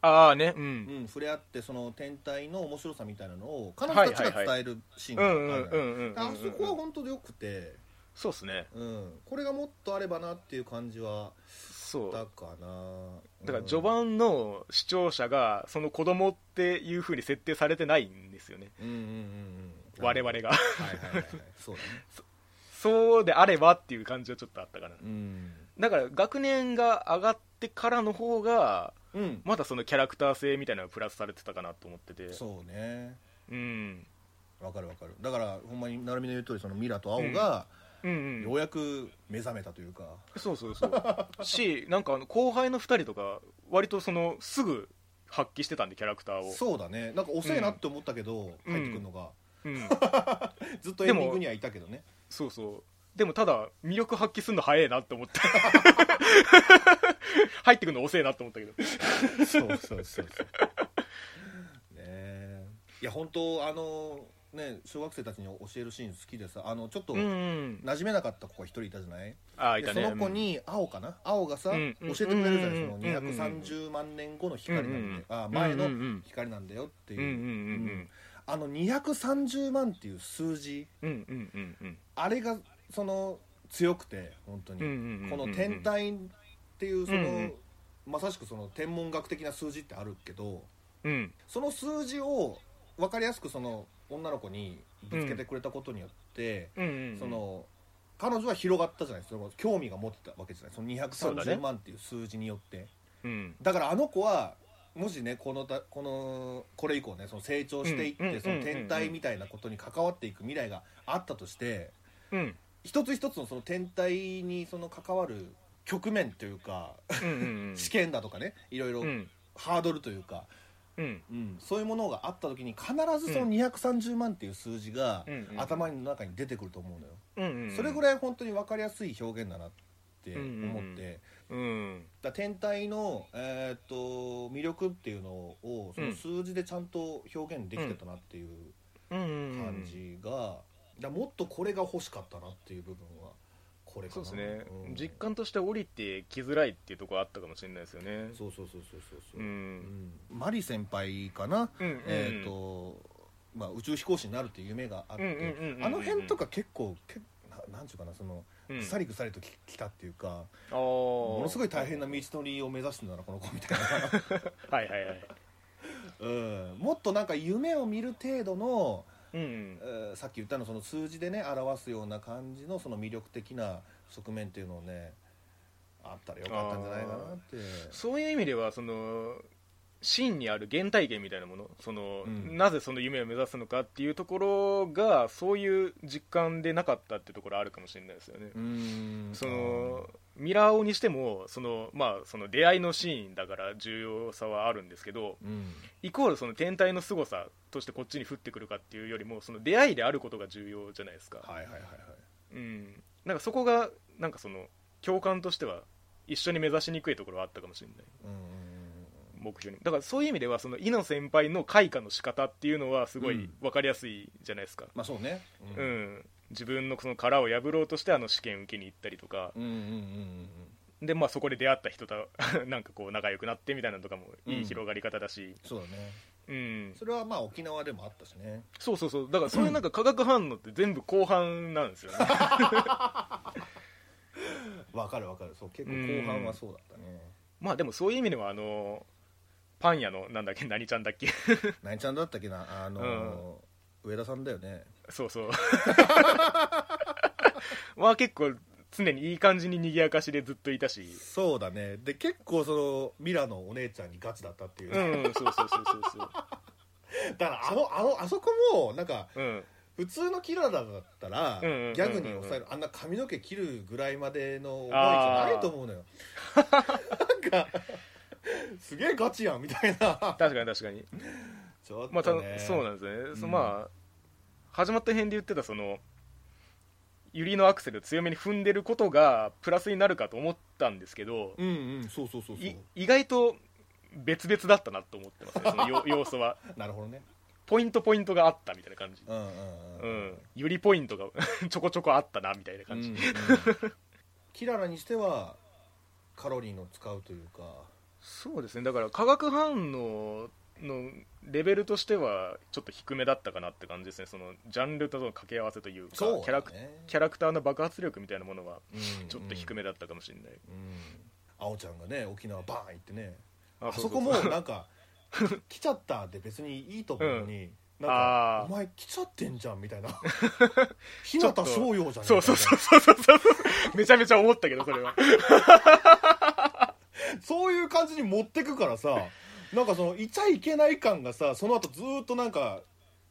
S1: ああね、う、
S2: うんん、触れ合ってその天体の面白さみたいなのを彼女たちが伝えるシーン
S1: う
S2: がある
S1: んうんう
S2: のよ
S1: んうん、
S2: あそこは本当でよくて、
S1: そうですね。
S2: うん、これがもっとあればなっていう感じは
S1: そう
S2: だかな
S1: だから序、盤の視聴者がその子供っていう風に設定されてないんですよね
S2: うんうんうんうん、
S1: 我々
S2: はい
S1: が
S2: はいはいはいそうだね
S1: そうであればっていう感じはちょっとあったかな
S2: うん、
S1: だから学年が上がってからの方が
S2: うん、
S1: まだそのキャラクター性みたいなのがプラスされてたかなと思ってて
S2: そうね
S1: うん
S2: わかるわかるだからほんまに成美の言う通りそのミラと青が、
S1: うんう
S2: よ
S1: ん
S2: うやく目覚めたというか、
S1: そうそうそう しなんかあの後輩の2人とか割とそのすぐ発揮してたんでキャラクターを
S2: そうだねなんか遅えなって思ったけど、
S1: うん
S2: 入ってくるのが、
S1: うん
S2: ずっとエンディングにはいたけどね
S1: そうそうでもただ魅力発揮するの早いなって思って 入ってくるの遅いなって思ったけど
S2: そうそうそうそうねえいや本当あのね小学生たちに教えるシーン好きでさあのちょっと
S1: うん、
S2: 馴
S1: うん、
S2: 染めなかった子が一人いたじゃない、
S1: ああい
S2: で
S1: たね
S2: その子に青かな青がさ、
S1: うん
S2: 教えてくれるじゃない、
S1: うん
S2: その
S1: うん
S2: 230万年後の光なんで、
S1: うん
S2: あ
S1: うん
S2: 前
S1: うん
S2: の
S1: うん
S2: 光なんだよっていうう,、
S1: んうん
S2: あの230万っていう数字
S1: うんうんうんうんうん
S2: あれがその強くて本当に、
S1: うんうんうんうん
S2: この天体っていうその、
S1: うんうん
S2: まさしくその天文学的な数字ってあるけど
S1: うん
S2: その数字を分かりやすくその女の子にぶつけてくれたことによって、
S1: うんうん
S2: その彼女は広がったじゃないですかその興味が持ってたわけじゃないその
S1: そうだね
S2: 230万っていう数字によって
S1: う
S2: だ,、
S1: ん
S2: からあの子はもしねこのたこのこれ以降ねその成長していって、
S1: うん
S2: その天体みたいなことに関わっていく未来があったとして。
S1: うんうん
S2: 一つ一つのその天体にその関わる局面というか、
S1: うんうん
S2: 試験だとかねいろいろ
S1: うん
S2: ハードルというか、
S1: うん
S2: うんそういうものがあった時に必ずその230万っていう数字が
S1: うんうん
S2: 頭の中に出てくると思うのよ、
S1: うんうん
S2: それぐらい本当に分かりやすい表現だなって思って、
S1: うんう
S2: だ
S1: ん
S2: から天体の、えーっと魅力っていうのをその数字でちゃんと表現できてたなっていう
S1: うんうんうん
S2: 感じが、だからもっとこれが欲しかったなっていう部分はこれか
S1: そ
S2: な
S1: うですね
S2: うん
S1: 実感として降りてきづらいっていうところあったかもしれないですよね
S2: そうそうそうそうそうそうう、
S1: ん
S2: うんマリ先輩かな、
S1: うんうん
S2: えっ、とまあ宇宙飛行士になるっていう夢があって、
S1: うんうんうんうんうん
S2: あの辺とか結構けななんちゅうかなその、
S1: うん
S2: さりぐさりとき来たっていうか
S1: あも
S2: ものすごい大変な道のりを目指してんだなこの子みた いな、
S1: はいはいはい
S2: うん、もっとなんか夢を見る程度の、
S1: うんうん
S2: えーさっき言ったのその数字でね表すような感じのその魅力的な側面っていうのをねあったらよかったんじゃないかなって
S1: そういう意味ではその真にある原体験みたいなものその、
S2: うん
S1: なぜその夢を目指すのかっていうところがそういう実感でなかったってところあるかもしれないですよね、
S2: うん
S1: そのミラーをにしてもその、まあ、その出会いのシーンだから重要さはあるんですけど
S2: うん
S1: イコールその天体の凄さとしてこっちに降ってくるかっていうよりもその出会いであることが重要じゃないですか、
S2: はいはいはいはい
S1: うん、なんかそこがなんかその共感としては一緒に目指しにくいところはあったかもしれない
S2: うんうん
S1: 目標にだからそういう意味ではそのイノ先輩の開花の仕方っていうのはすご
S2: う
S1: い
S2: ん
S1: 分かりやすいじゃないですか、
S2: まあそうね
S1: うん自分のその殻を破ろうとしてあの試験受けに行ったりとか
S2: うんうんうん
S1: で、まあ、そこで出会った人と なんかこう仲良くなってみたいなのとかもい
S2: うん
S1: い広がり方だし、
S2: そうだね
S1: うん
S2: それはまあ沖縄でもあったしね
S1: そうそう そうだからそういうなんか化学反応って全部後半なんですよね
S2: わかるわかるそう結構後半はそうだったね
S1: まあでもそういう意味ではあのパン屋のなんだっけ何ちゃんだっけ
S2: 何ちゃんだったっけなあの、上田さんだよね
S1: そうそう は結構常にいい感じに賑やかしでずっといたし
S2: そうだねで結構そのミラのお姉ちゃんにガチだったっていう
S1: う
S2: ね、
S1: んそうそうそうそうそう
S2: だからあのあのあそこもなんか
S1: うん
S2: 普通のキララだったら
S1: う
S2: ギ
S1: んうんうんうん
S2: ャグに抑えるあんな髪の毛切るぐらいまでの思いじゃないと思 うのよなんかすげえガチやんみたいな
S1: 確かに確かに
S2: ちょっと、ね
S1: まあ、たそうなんですね、そ
S2: うん
S1: まあ始まった辺で言ってたそのユリのアクセルを強めに踏んでることがプラスになるかと思ったんですけど、
S2: うんうんそうそうそうそ
S1: いう意外と別々だったなと思ってますねそのよ 要素は
S2: なるほどね
S1: ポイントポイントがあったみたいな感じ
S2: うんうん
S1: う
S2: うん
S1: んユリポイントが ちょこちょこあったなみたいな感じ、
S2: うんうんキララにしてはカロリーの使うというか
S1: そうですねだから化学反応のレベルとしてはちょっと低めだったかなって感じですねそのジャンルとの掛け合わせというか
S2: そうだね
S1: キャラクキャラクターの爆発力みたいなものは
S2: うん
S1: ちょっと低めだったかもしれない、
S2: うん、うん、青ちゃんがね沖縄バーン行ってねあ
S1: う
S2: そうこもなんか「来ちゃった」で別にいいと思うのに、なん
S1: あ
S2: か
S1: ー
S2: 「お前来ちゃってんじゃん」み たいな「日向翔陽じゃ ん」
S1: そうそうそうそうそうそうそうめちゃめちゃ思ったけどそれは
S2: みたいなそういう感じに持ってくからさなんかそのいちゃいけない感がさその後ずーっとなんか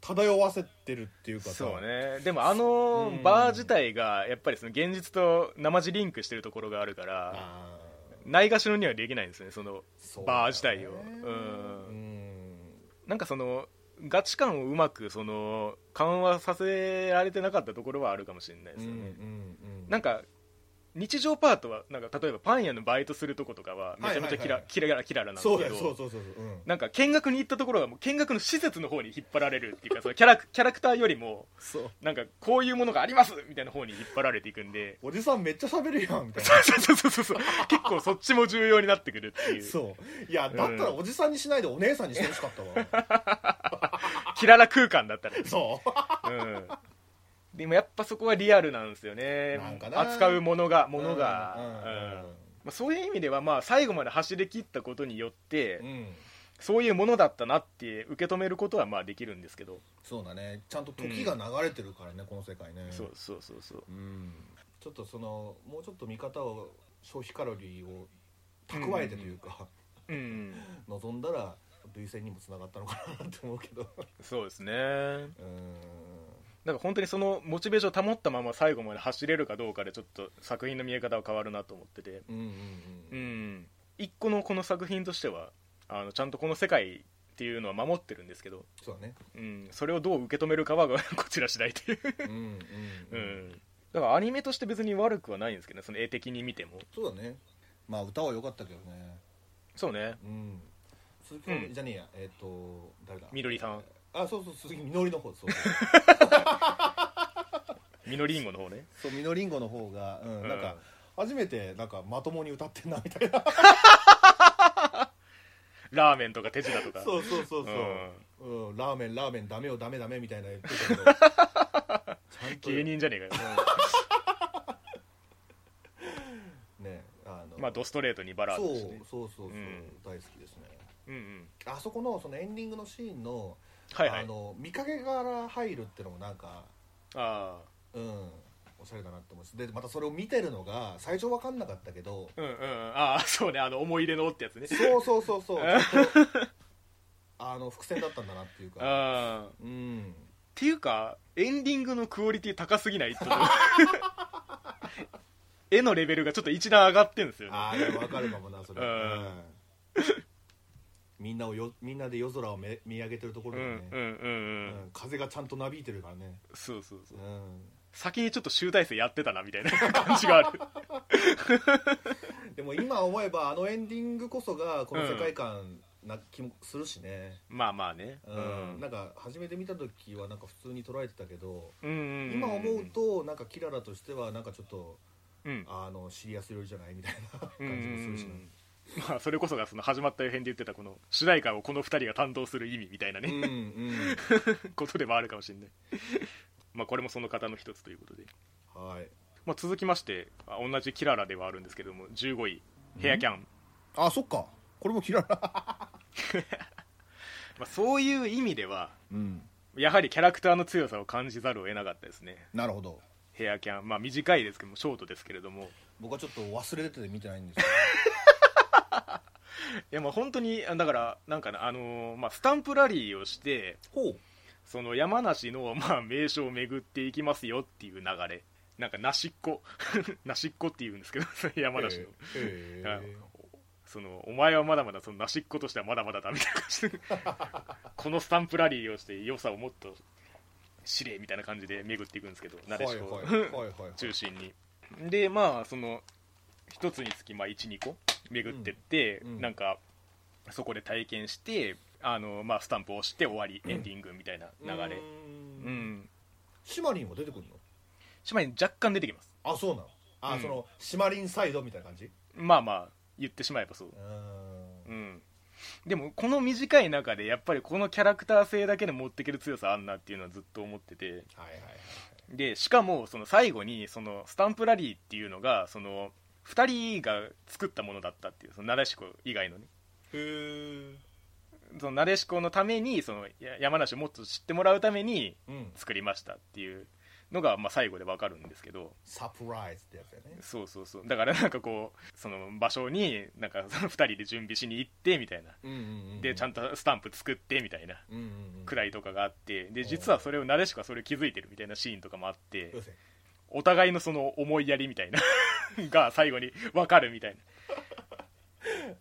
S2: 漂わせてるっていうかさ
S1: そうねでもあの
S2: うん
S1: バー自体がやっぱりその現実と生地リンクしてるところがあるから
S2: あー
S1: ないがしろにはできないんですねその
S2: そうだよね
S1: バー自体をう
S2: うんん
S1: なんかそのガチ感をうまくその緩和させられてなかったところはあるかもしれないですよね、なん
S2: か
S1: か日常パートはなんか例えばパン屋のバイトするとことかはめちゃめちゃキラ,、
S2: はいはいはい
S1: キラキラキララなんです
S2: そう
S1: け
S2: だ
S1: ど
S2: よそうそうそうそう、うん、
S1: なんか見学に行ったところはもう見学の施設の方に引っ張られるっていうかそのキャラ クキャラクターよりも
S2: そう
S1: なんかこういうものがありますみたいな方に引っ張られていくん で
S2: おじさんめっちゃ喋るやんみたいな
S1: そうそうそうそう結構そっちも重要になってくるっていう
S2: そういやだったらおじさんにしないでお姉さんにしてほしかったわ
S1: キララ空間だったら
S2: そ
S1: うんでもやっぱそこはリアルなんですよね
S2: なんかな
S1: 扱うものが
S2: う
S1: ものが、うんまあ、そういう意味ではまあ最後まで走り切ったことによって、
S2: うん、うんうん
S1: そういうものだったなって受け止めることはまあできるんですけど、
S2: そうだねちゃんと時が流れてるからね、この世界ね
S1: そうそうそうそう
S2: うんちょっとそのもうちょっと見方を消費カロリーを蓄えてというか、
S1: うん
S2: 望んだら涙腺にもつながったのかなって思うけど
S1: そうですね
S2: うん
S1: だから本当にそのモチベーションを保ったまま最後まで走れるかどうかでちょっと作品の見え方は変わるなと思ってて
S2: うんうん
S1: う
S2: うん
S1: ん一個のこの作品としてはあのちゃんとこの世界っていうのは守ってるんですけど、
S2: そうだね
S1: うん、それをどう受け止めるかはこちら次第という、
S2: うんうん
S1: うん、だからアニメとして別に悪くはないんですけどねその絵的に見ても
S2: そうだねまあ歌は良かったけどね
S1: そうね
S2: うん鈴木み
S1: うん
S2: じゃねえやえっ、と誰だ
S1: みどりさん
S2: あそうそう鈴木みのりの方そう
S1: みのりんごの方ね
S2: そうみのりんごの方が、うん
S1: うん
S2: なんか初めてなんかまともに歌ってんなみたいな
S1: ラーメンとか手品とか
S2: そうそうそうそう、
S1: うん
S2: うんラーメンラーメンダメよダメダメみたいな言ってたけ どちゃんと
S1: 芸人じゃねえかよ
S2: ねあの
S1: まあドストレートにバラー
S2: そう
S1: ドですね
S2: そうそうそ
S1: う
S2: う、
S1: ん
S2: 大好きですね
S1: うんうん
S2: あそこのそのエンディングのシーンの,、
S1: はいはい
S2: あの見かけから入るってのもなんか
S1: あ
S2: うんおしゃれだなって思うしでまたそれを見てるのが最初分かんなかったけど
S1: あうんうんうんああそうねあの思い入れのってやつね
S2: そうそうそう そうちょっとあの伏線だったんだなっていうか
S1: ああっ
S2: うん
S1: ていうかエンディングのクオリティ高すぎ ないと思う絵のレベルがちょっと一段上がってるんですよね
S2: ああでも分かるかもなそれ、
S1: うん
S2: うんみんなをよみんなで夜空をめ見上げてるとこ
S1: う
S2: ろ
S1: んう
S2: だ
S1: ん
S2: よね、
S1: うんう
S2: うんん風がちゃんとなびいてるからね、、
S1: そうそうそううん先にちょっと集大成やってたなみたいな 感じがある
S2: でも今思えばあのエンディングこそがこの世界観な気もするしね、
S1: まあまあね
S2: うんなんか初めて見た時はなんか普通に捉えてたけど、
S1: うんうんん
S2: 今思うとなんかキララとしてはなんかちょっと
S1: うん
S2: あのシリアス寄りじゃないみたいな感じ
S1: うんうん
S2: もするしね、
S1: うんまあそれこそがその始まった編で言ってたこの主題歌をこの二人が担当する意味みたいなね、
S2: うんうん
S1: ことでもあるかもしれないまあこれもその方の一つということで
S2: はい
S1: まあ、続きましてあ同じキララではあるんですけども15位ヘアキャン、
S2: あそっかこれもキララ
S1: まあ、そういう意味では
S2: うん
S1: やはりキャラクターの強さを感じざるを得なかったですね
S2: なるほど
S1: ヘアキャン、まあ、短いですけどもショートですけれども
S2: 僕はちょっと忘れてて見てないんですけど
S1: いやまあ本当にあだからなんかなあのーまあ、スタンプラリーをして
S2: ほう
S1: その山梨の まあ名所を巡っていきますよっていう流れなんかなしっこ なしっこっていうんですけど その山梨の、
S2: ええ
S1: はいそのお前はまだまだそのなしっことしてはまだまだだみたいな感じで このスタンプラリーをして良さをもっと知れみたいな感じで巡っていくんですけどなでしこを
S2: はいはいはいはいはい
S1: 中心にでまあその一つにつきまあ12個巡ってって、
S2: うんうん
S1: なんかそこで体験してあの、まあ、スタンプを押して終わり、エンディングみたいな 流れ
S2: う
S1: うんん
S2: シマリンは出てくるの
S1: 島に若干出てきます
S2: あそうなのあ、
S1: うん
S2: そのシマリンサイドみたいな感じ
S1: まあまあ言ってしまえばそう
S2: うーん
S1: うんでもこの短い中でやっぱりこのキャラクター性だけで持っていける強さあんなっていうのはずっと思ってて
S2: はいはい
S1: でしかもその最後にそのスタンプラリーっていうのがその2人が作ったものだったっていうそのなでしこ以外のね
S2: はいへえ
S1: そのなでしこのためにそのや山梨をもっと知ってもらうために
S2: うん
S1: 作りましたっていうのが、まあ、最後でわかるんですけど
S2: サプライズってやつだよね
S1: そうそうそうだからなんかこうその場所になんかその2人で準備しに行ってみたいな
S2: うんうんう
S1: でちゃん
S2: と
S1: とスタンプ作ってみたいな
S2: うんうんうん
S1: くらいとかがあってで実はそれをなでしこはそれを気づいてるみたいなシーンとかもあって
S2: よせ
S1: お互いのその思いやりみたいな が最後にわかるみたいな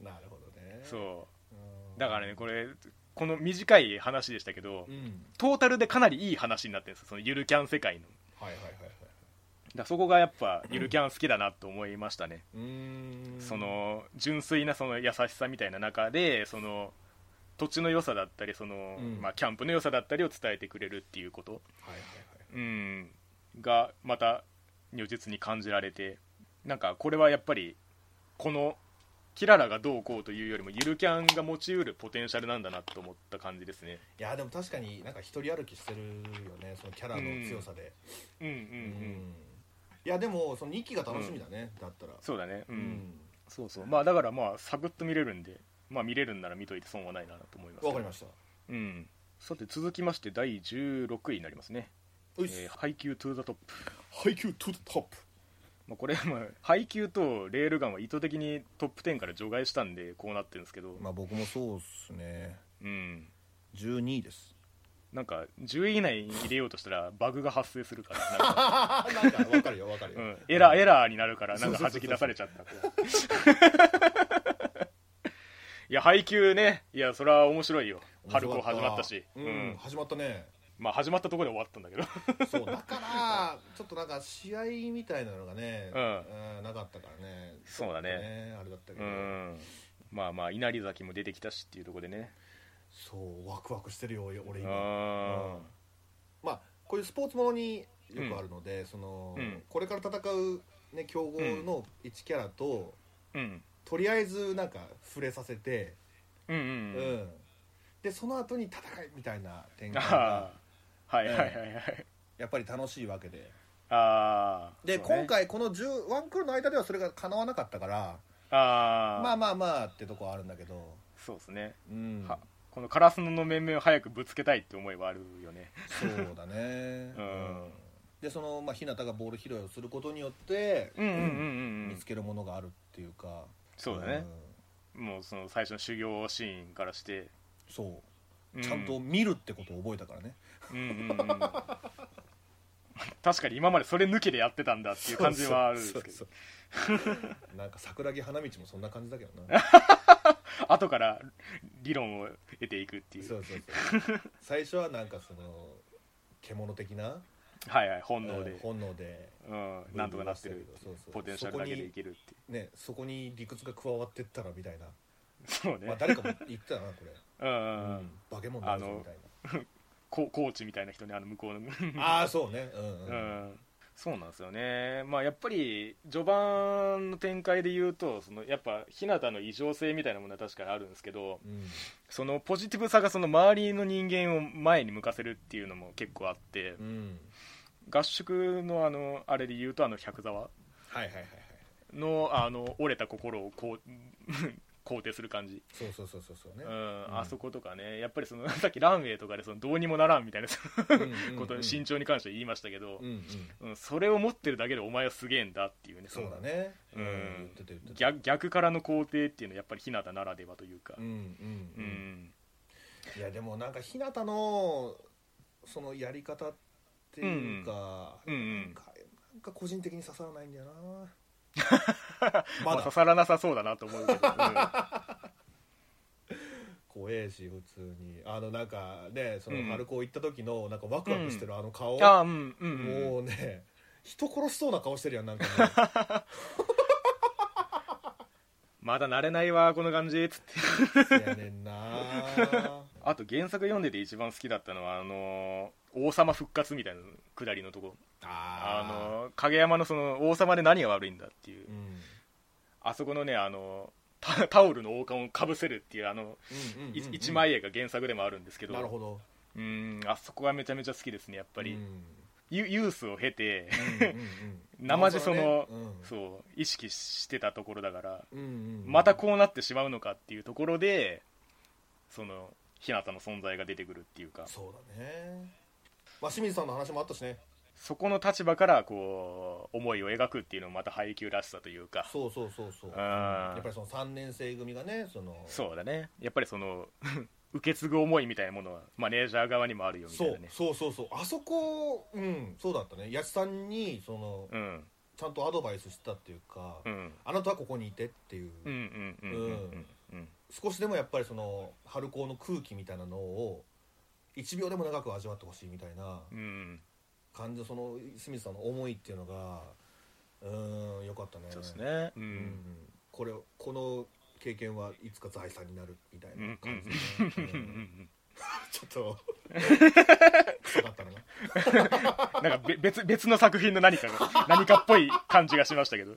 S2: なるほどね
S1: そう
S2: うん
S1: だからねこれこの短い話でしたけど
S2: うん
S1: トータルでかなりいい話になってるんですよそのゆるキャン世界の
S2: はいはいはいはい
S1: だそこがやっぱゆるキャン好きだなと思いましたね、
S2: うーん
S1: その純粋なその優しさみたいな中でその土地の良さだったりその、
S2: うん
S1: まあ、キャンプの良さだったりを伝えてくれるっていうこと、
S2: はいはい
S1: うん、がまた如実に感じられてなんかこれはやっぱりこのキララがどうこうというよりもゆるキャンが持ちうるポテンシャルなんだなと思った感じですね
S2: いやでも確かになんか一人歩きしてるよねそのキャラの強さで
S1: うんうん
S2: う
S1: うん
S2: いやでもその2期が楽しみだね、だったら
S1: そうだねうん、
S2: うん
S1: そうそうまあだからまあサクッと見れるんでまあ見れるんなら見といて損はないなと思います
S2: わかりました
S1: うんさて続きまして第16位になりますね「
S2: ういっ
S1: えー、ハイキュートゥーザトップ
S2: ハイキュートゥトップ」
S1: まあ、これ、まあ、ハイキューとレールガンは意図的にトップ10から除外したんでこうなってるんですけど、
S2: まあ僕もそうっすね
S1: うん
S2: 12位です
S1: なんか10位以内に入れようとしたらバグが発生するからなん か、
S2: ああなんかわかるよわかる
S1: う
S2: よ、
S1: ん、エラーエラーになるからなんか
S2: そうそ
S1: 弾
S2: うそうそう
S1: き出されちゃったこういや配給ねいやそれは面白いよ春高始まったし
S2: うん、
S1: うん
S2: 始まったね
S1: まあ、始まったところで終わったんだけど
S2: そうだからちょっとなんか試合みたいなのがね、
S1: うん
S2: うんなかったからね
S1: そうだね
S2: あれだったけ
S1: う
S2: ど、
S1: んまあまあ稲荷崎も出てきたしっていうところでね
S2: そうワクワクしてるよ俺俺
S1: う
S2: 今
S1: ん
S2: まあこういうスポーツものによくあるので、その
S1: うん
S2: これから戦う、ね、強豪の1キャラと、
S1: うん
S2: とりあえずなんか触れさせて、
S1: うんう
S2: うん
S1: んうん
S2: でその後に戦いみたいな展開
S1: あ
S2: が
S1: あはいはいはいはい
S2: やっぱり楽しいわけで
S1: ああ
S2: で、
S1: そうね
S2: 今回この10ワンクールの間ではそれが叶わなかったから
S1: ああ
S2: まあまあまあってとこはあるんだけど、
S1: そうですね
S2: うん、
S1: はこのカラスの面々を早くぶつけたいって思いはあるよね
S2: そうだ ね、
S1: うん
S2: でその、まあ、日向がボール拾いをすることによって、
S1: うんうんうんうんう
S2: 見
S1: ん
S2: つけるものがあるっていうか
S1: そうだ
S2: ん
S1: ね、もうその最初の修行シーンからして、
S2: そううちゃんと見るってことを覚えたからね、
S1: うんうんうん 確かに今までそれ抜きでやってたんだっていう感じはあるんですけど
S2: そうそうそう なんか桜木花道もそんな感じだけどな
S1: 後から理論を得ていくっていう
S2: そうそうそう最初はなんかその獣的な
S1: はいはい本能
S2: うん
S1: で、
S2: 本能で
S1: うん、なんとかなってる
S2: そうそう
S1: ポテンシャルだけでいけるっていう
S2: ねそこに理屈が加わってったらみたいな、
S1: そうね、
S2: まあ、誰かも言ってたなこれ、
S1: うんうん
S2: う
S1: うん
S2: ん、化け物だぞ
S1: あの
S2: みたい
S1: ココーチみたいな人ねあの向こうの
S2: なああそうねうんう
S1: うんんそうなんですよね、まあ、やっぱり序盤の展開で言うとそのやっぱ日向の異常性みたいなものは確かにあるんですけど
S2: うん
S1: そのポジティブさがその周りの人間を前に向かせるっていうのも結構あって
S2: うん
S1: 合宿のあのあれで言うとあの百沢
S2: はいはいはいはい
S1: のあの折れた心をこう 肯定する感じ、
S2: そうそうそうそうそうね
S1: うん、あそことかねやっぱりその さっきランウェイとかでそのどうにもならんみたいなそのことに慎重に関しては言いましたけど、
S2: うんうん
S1: うん、それを持ってるだけでお前はすげえんだっていうね
S2: そうだね
S1: うん
S2: 言ってた言ってた
S1: 逆逆からの肯定っていうのはやっぱり日向ならではというか
S2: うんう
S1: う
S2: んうん
S1: ん
S2: いやでもなんか日向のそのやり方っていうか、
S1: うんうん
S2: なんかなんか個人的に刺さらないんだ よな
S1: ま
S2: ま
S1: あ
S2: だ
S1: 刺さらなさそうだなと思うけど、 う
S2: 怖えし普通にあのなんかねそ
S1: うん
S2: の春高行った時のなんかワクワクしてるあの顔、
S1: ん、ああうんうんうん
S2: もうね人殺しそうな顔してるやんなんか
S1: まだ慣れないわこの感じっつって
S2: もうせやねんな
S1: あと原作読んでて一番好きだったのはあのー王様復活みたいなくだりのとこあ
S2: あ
S1: のー影山のその王様で何が悪いんだっていう
S2: ー、うん
S1: あそこのねあのータタオルの王冠をかぶせるっていうあの、
S2: うんうんうん
S1: い
S2: うん
S1: 一枚絵が原作でもあるんですけど
S2: なるほどやっ
S1: うんあそこがめちゃめちゃ好きですねやっぱり、ユユースを経て、
S2: 生
S1: 生地その、
S2: う
S1: そう意識してたところだから、
S2: んうんうん
S1: またこうなってしまうのかっていうところでその日向の存在が出てくるっていうか
S2: そうだね、まあ、清水さんの話もあったしね
S1: そこの立場からこう思いを描くっていうのもまた配給らしさというか
S2: そうそうそうそう
S1: うん
S2: やっぱりその3年生組がねその
S1: そうだねやっぱりその 受け継ぐ思いみたいなものはマネージャー側にもあるよみた
S2: そ
S1: いうなね
S2: そうそうそうあそこうんそうだったね八千さんにその、
S1: うん
S2: ちゃんとアドバイスしてたっていうか、
S1: うん
S2: あなたはここにいてっていう、
S1: うんうんうんうんうんうん
S2: 少しでもやっぱりその春高の空気みたいなのを1秒でも長く味わってほしいみたいな
S1: うん
S2: 感じのその清水さんの思いっていうのがうんよかったね
S1: そうですねう
S2: うんうん
S1: ん
S2: これこの経験はいつか財産になるみたいな感じね
S1: う
S2: う
S1: う
S2: ん
S1: んん
S2: ちょっと臭かったな
S1: なんかべ別別の作品の何かが何かっぽい感じがしましたけど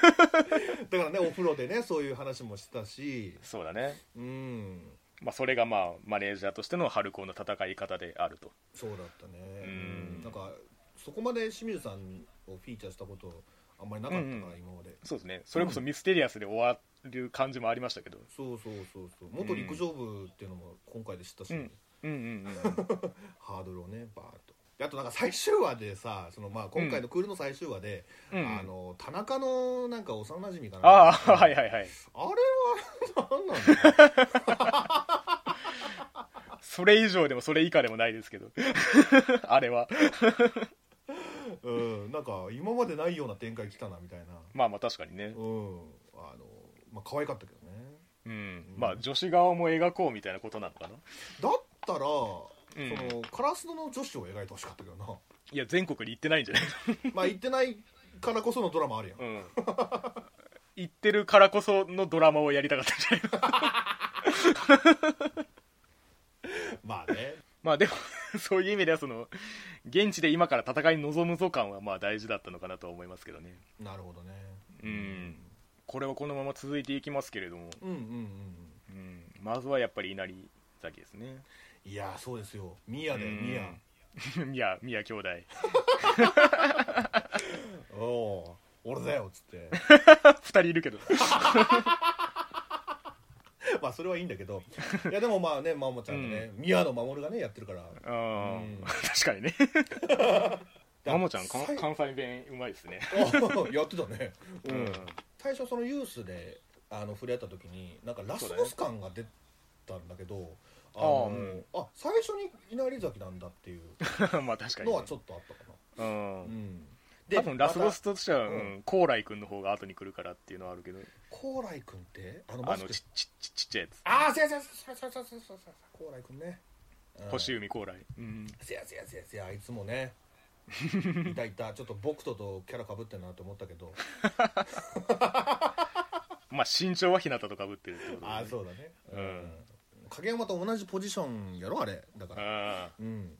S2: だからねお風呂でねそういう話もしたし
S1: そうだね
S2: うん
S1: まあ、それがまあマネージャーとしての春高の戦い方であると
S2: そうだったね
S1: うん
S2: なんかそこまで清水さんをフィーチャーしたことあんまりなかったから、
S1: うん
S2: 今まで
S1: そうですねそれこそミステリアスで終わる感じもありましたけど
S2: そうそうそうそう元陸上部っていうのも今回で知ったし、
S1: うんうんうんうん
S2: ハードルをねバーッとであとなんか最終話でさそのまあ今回のクールの最終話で、
S1: うん
S2: あの田中のなんか幼馴染かな
S1: ああはいはいはい
S2: あれは何なんだろう
S1: それ以上でもそれ以下でもないですけどあれは
S2: うん、なんか今までないような展開来たなみたいな
S1: まあまあ確かにね
S2: う、んあのまあ可愛かったけどね
S1: うん、まあ女子側も描こうみたいなことなのかな
S2: だったら、
S1: ん
S2: そのカラスノの女子を描いてほしかったけどない
S1: や全国に行ってないんじゃない、
S2: まあ言ってないからこそのドラマあるやん、
S1: うん、行ってるからこそのドラマをやりたかったんじゃない
S2: まあね
S1: まあでもそういう意味ではその現地で今から戦いに臨むぞ感はまあ大事だったのかなとは思いますけどね
S2: なるほどね
S1: うんこれはこのまま続いていきますけれども、
S2: うんうんうんうん
S1: うん、まずはやっぱり稲荷崎ですね
S2: いやそうですよミヤだよ
S1: うん
S2: ミヤ
S1: 宮宮兄弟
S2: おおう俺だよっつって
S1: 2人いるけど
S2: まあそれはいいんだけどいやでもまあねマモちゃんがね、ミヤの守がねやってるから
S1: あ
S2: うん
S1: ー確かにねマモちゃんかん
S2: 最
S1: 関西弁うまいですね
S2: お うやってたね、
S1: う
S2: うんん、最初そのユースであの触れ合った時になんかラスボス感が出たんだけどあの
S1: ああうん
S2: あ最初に稲荷崎なんだっていう
S1: まあ確かに
S2: のは
S1: ね、
S2: ちょっとあったかな、
S1: う、
S2: うんん、
S1: 多分ラスボス
S2: ま
S1: としては、う
S2: うん
S1: ん、高麗君の方が後に来るからっていうのはあるけど
S2: た高麗君ってあの
S1: あ
S2: マス
S1: の
S2: ク
S1: ちちちちっちゃいやつ
S2: ああせやせやせやせやせやせやせや高麗君ね、うん
S1: 星海高麗、うん、
S2: せやせやせやせやあいつもねいたいたちょっと僕ととキャラかぶってんなと思ったけど
S1: まあ身長は日向とかぶってるってことだね、
S2: ああそうだね
S1: うん
S2: 影山と同じポジションやろあれだから
S1: あ
S2: うん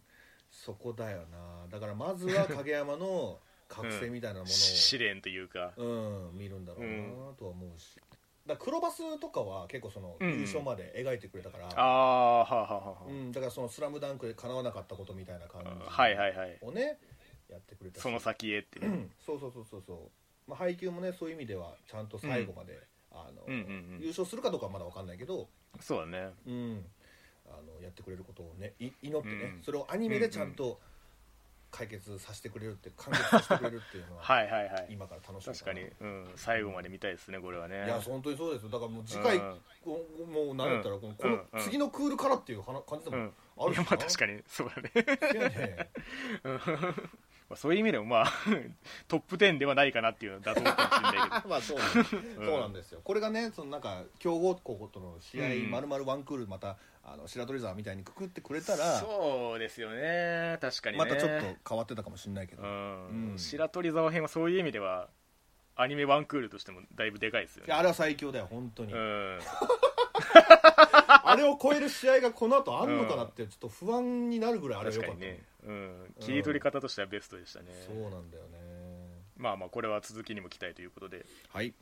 S2: そこだよなだからまずは影山 の覚醒みたいなも
S1: ー試練というか
S2: のを、うん見るんだろうなとは思うしだから黒バスとかは結構その
S1: うんうん
S2: 優勝まで描いてくれたから、
S1: ああーはあはあはあ
S2: うんだからその「スラムダンクで叶わなかったことみたいな感じ
S1: はいはいはい
S2: をねやってくれたし
S1: その先へって
S2: う
S1: ね、
S2: んそうそうそうそうそう、まあ、配給もねそういう意味ではちゃんと最後まで、あの
S1: うんうんう
S2: 優
S1: ん
S2: 勝するかどうかはまだ分かんないけど、
S1: そうだね
S2: うん、あのやってくれることをねい祈ってね、
S1: うん
S2: それをアニメでちゃんと解決させてくれるって完結させてくれるっていうの は
S1: はいはいはい
S2: 今から楽しみ
S1: 確かに
S2: い、
S1: うん、最後まで見たいですねこれはね
S2: や本当にそうですよだからもう次回、
S1: うん
S2: こうもう慣れたらこの,、こ
S1: う
S2: の
S1: ん
S2: 次のクールからっていう話感じで
S1: う
S2: も
S1: ん
S2: ある
S1: い
S2: し
S1: や
S2: な、
S1: まあ 確かにそうだね
S2: そうやね
S1: うんまあそういう意味でもまあ トップ10ではないかなっていうのは妥当かもしれないけ ど
S2: あまあそ うなんですそうなんですよこれがねそのなんか強豪校との試合
S1: うん
S2: まるまるワンクールまたあの白鳥沢みたいにくくってくれたら、
S1: そうですよね確かにね
S2: またちょっと変わってたかもしれないけど、
S1: う
S2: い
S1: ん
S2: うん
S1: 白鳥沢編はそういう意味ではアニメワンクールとしてもだいぶでかいですよ
S2: や
S1: ね
S2: あれは最強だよ本当に、
S1: うん
S2: あれを超える試合がこの後あんのかなってちょっと不安になるぐらいあれは
S1: 確
S2: 良
S1: か
S2: かった
S1: にね、うん、切り取り方としてはベストでしたね、
S2: そうなんだよね
S1: まあまあこれは続きにも期待ということで
S2: はい